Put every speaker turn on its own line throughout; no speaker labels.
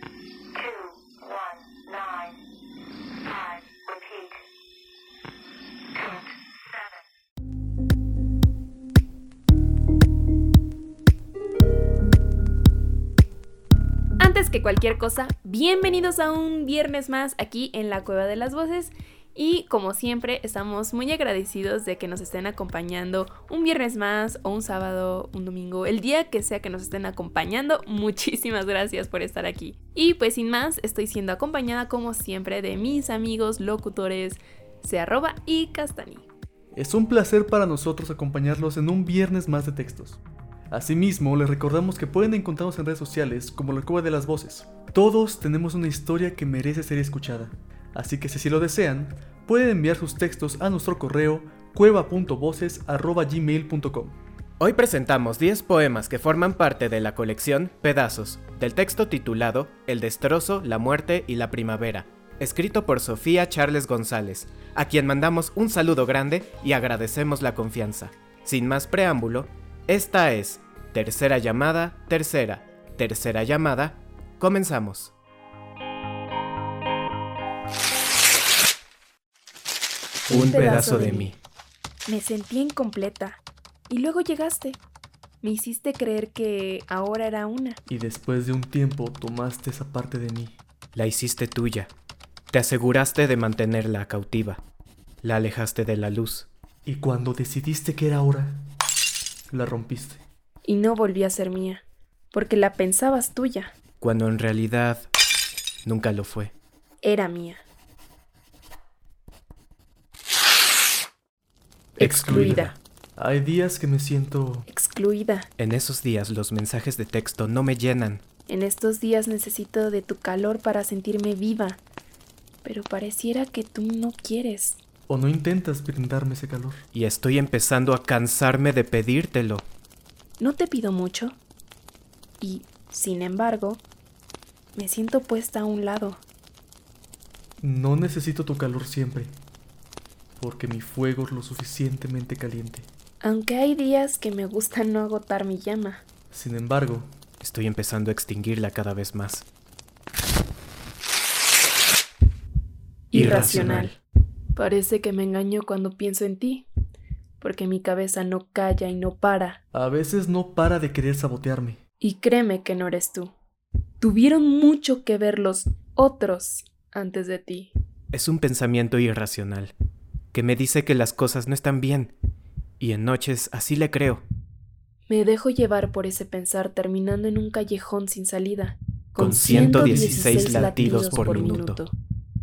two, one, nine, five, repeat. Count seven.
Antes que cualquier cosa, bienvenidos a un viernes más aquí en la Cueva de las Voces. Y como siempre, estamos muy agradecidos de que nos estén acompañando un viernes más o un sábado, un domingo, el día que sea que nos estén acompañando. Muchísimas gracias por estar aquí. Y pues sin más, estoy siendo acompañada como siempre de mis amigos locutores, se arroba y Castani.
Es un placer para nosotros acompañarlos en un viernes más de textos. Asimismo, les recordamos que pueden encontrarnos en redes sociales como la Cueva de las Voces. Todos tenemos una historia que merece ser escuchada, así que si así lo desean, pueden enviar sus textos a nuestro correo cueva.voces.gmail.com.
Hoy presentamos 10 poemas que forman parte de la colección Pedazos, del texto titulado El destrozo, la muerte y la primavera, escrito por Sofía Charles González, a quien mandamos un saludo grande y agradecemos la confianza. Sin más preámbulo, esta es Tercera llamada, tercera, tercera llamada, comenzamos. Un pedazo de mí.
Me sentí incompleta. Y luego llegaste. Me hiciste creer que ahora era una.
Y después de un tiempo tomaste esa parte de mí.
La hiciste tuya. Te aseguraste de mantenerla cautiva. La alejaste de la luz.
Y cuando decidiste que era hora, la rompiste.
y no volví a ser mía, porque la pensabas tuya,
Cuando en realidad nunca lo fue.
era mía. Excluida.
Hay días que me siento...
Excluida.
En esos días los mensajes de texto no me llenan.
En estos días necesito de tu calor para sentirme viva, pero pareciera que tú no quieres.
o no intentas brindarme ese calor.
Y estoy empezando a cansarme de pedírtelo.
No te pido mucho. Y, sin embargo, me siento puesta a un lado.
No necesito tu calor siempre, porque mi fuego es lo suficientemente caliente.
Aunque hay días que me gusta no agotar mi llama.
Sin embargo,
Estoy empezando a extinguirla cada vez más.
Irracional. Parece que me engaño cuando pienso en ti, porque mi cabeza no calla y no para.
a veces no para de querer sabotearme.
Y créeme que no eres tú. Tuvieron mucho que ver los otros antes de ti.
Es un pensamiento irracional, que me dice que las cosas no están bien. Y en noches así le creo.
Me dejo llevar por ese pensar terminando en un callejón sin salida.
Con 116 latidos por minuto.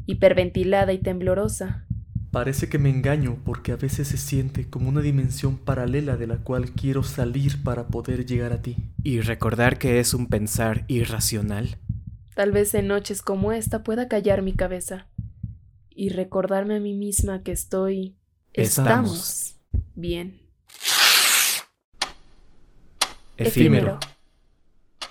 Hiperventilada y temblorosa.
Parece que me engaño porque a veces se siente como una dimensión paralela de la cual quiero salir para poder llegar a ti.
Y recordar que es un pensar irracional.
Tal vez en noches como esta pueda callar mi cabeza y recordarme a mí misma que estoy...
Estamos.
estamos bien.
Efímero.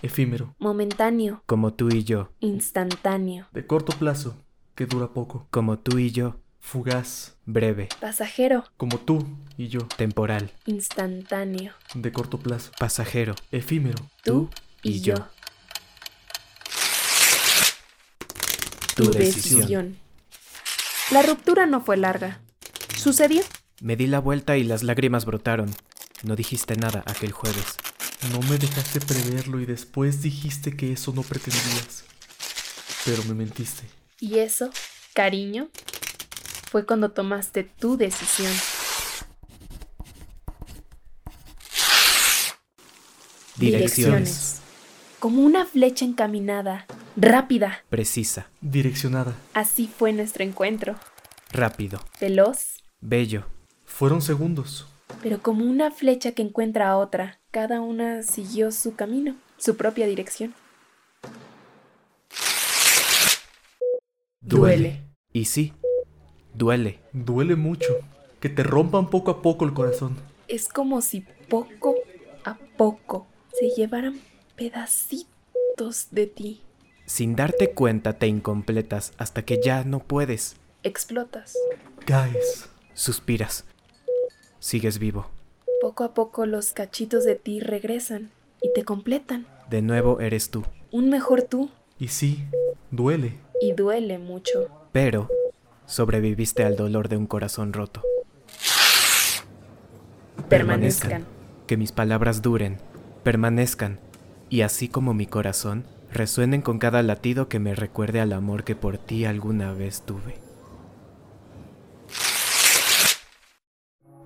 Efímero,
Momentáneo.
Como tú y yo.
Instantáneo.
de corto plazo, que dura poco,
Como tú y yo.
fugaz,
Breve.
Pasajero.
como tú y yo,
Temporal.
Instantáneo.
de corto plazo,
Pasajero.
efímero,
Tú
y
y
yo.
yo. tu decisión. La ruptura no fue larga. Sucedió.
Me di la vuelta y las lágrimas brotaron. No dijiste nada aquel jueves.
No me dejaste preverlo y después dijiste que eso no pretendías. Pero me mentiste.
Y eso, cariño, fue cuando tomaste tu decisión.
Direcciones.
Como una flecha encaminada, rápida.
Precisa.
Direccionada.
Así fue nuestro encuentro.
Rápido.
Veloz,
Bello.
Fueron segundos.
pero como una flecha que encuentra a otra. Cada una siguió su camino, su propia dirección. Duele.
Y sí. Duele.
Duele mucho. Que te rompan poco a poco el corazón.
Es como si poco a poco se llevaran pedacitos de ti.
Sin darte cuenta te incompletas hasta que ya no puedes.
Explotas.
Caes.
Suspiras. Sigues vivo.
Poco a poco los cachitos de ti regresan y te completan.
De nuevo eres tú.
Un mejor tú.
Y sí, duele.
Y duele mucho.
Pero sobreviviste al dolor de un corazón roto.
Permanezcan.
Que mis palabras duren. Permanezcan. Y así como mi corazón, resuenen con cada latido que me recuerde al amor que por ti alguna vez tuve.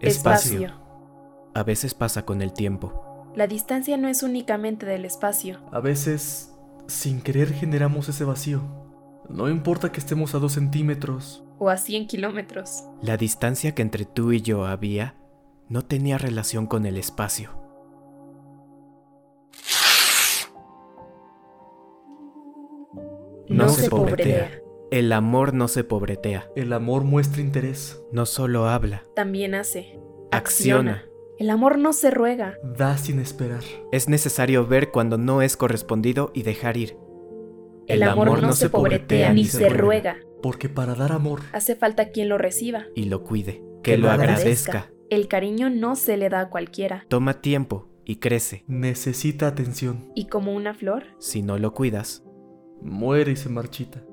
Espacio. A veces pasa con el tiempo.
La distancia no es únicamente del espacio.
A veces, sin querer, generamos ese vacío. No importa que estemos a dos centímetros.
O a 100 kilómetros.
La distancia que entre tú y yo había no tenía relación con el espacio. No se pobretea. El amor no se pobretea,
El amor muestra interés,
no solo habla,
También hace.
acciona.
El amor no se ruega.
da sin esperar.
Es necesario ver cuando no es correspondido y dejar ir.
El, amor, no se pobretea ni se ruega.
Porque para dar amor,
Hace falta quien lo reciba.
Y lo cuide, que lo agradezca.
El cariño no se le da a cualquiera.
Toma tiempo y crece.
necesita atención.
Y como una flor,
Si no lo cuidas,
Muere y se marchita.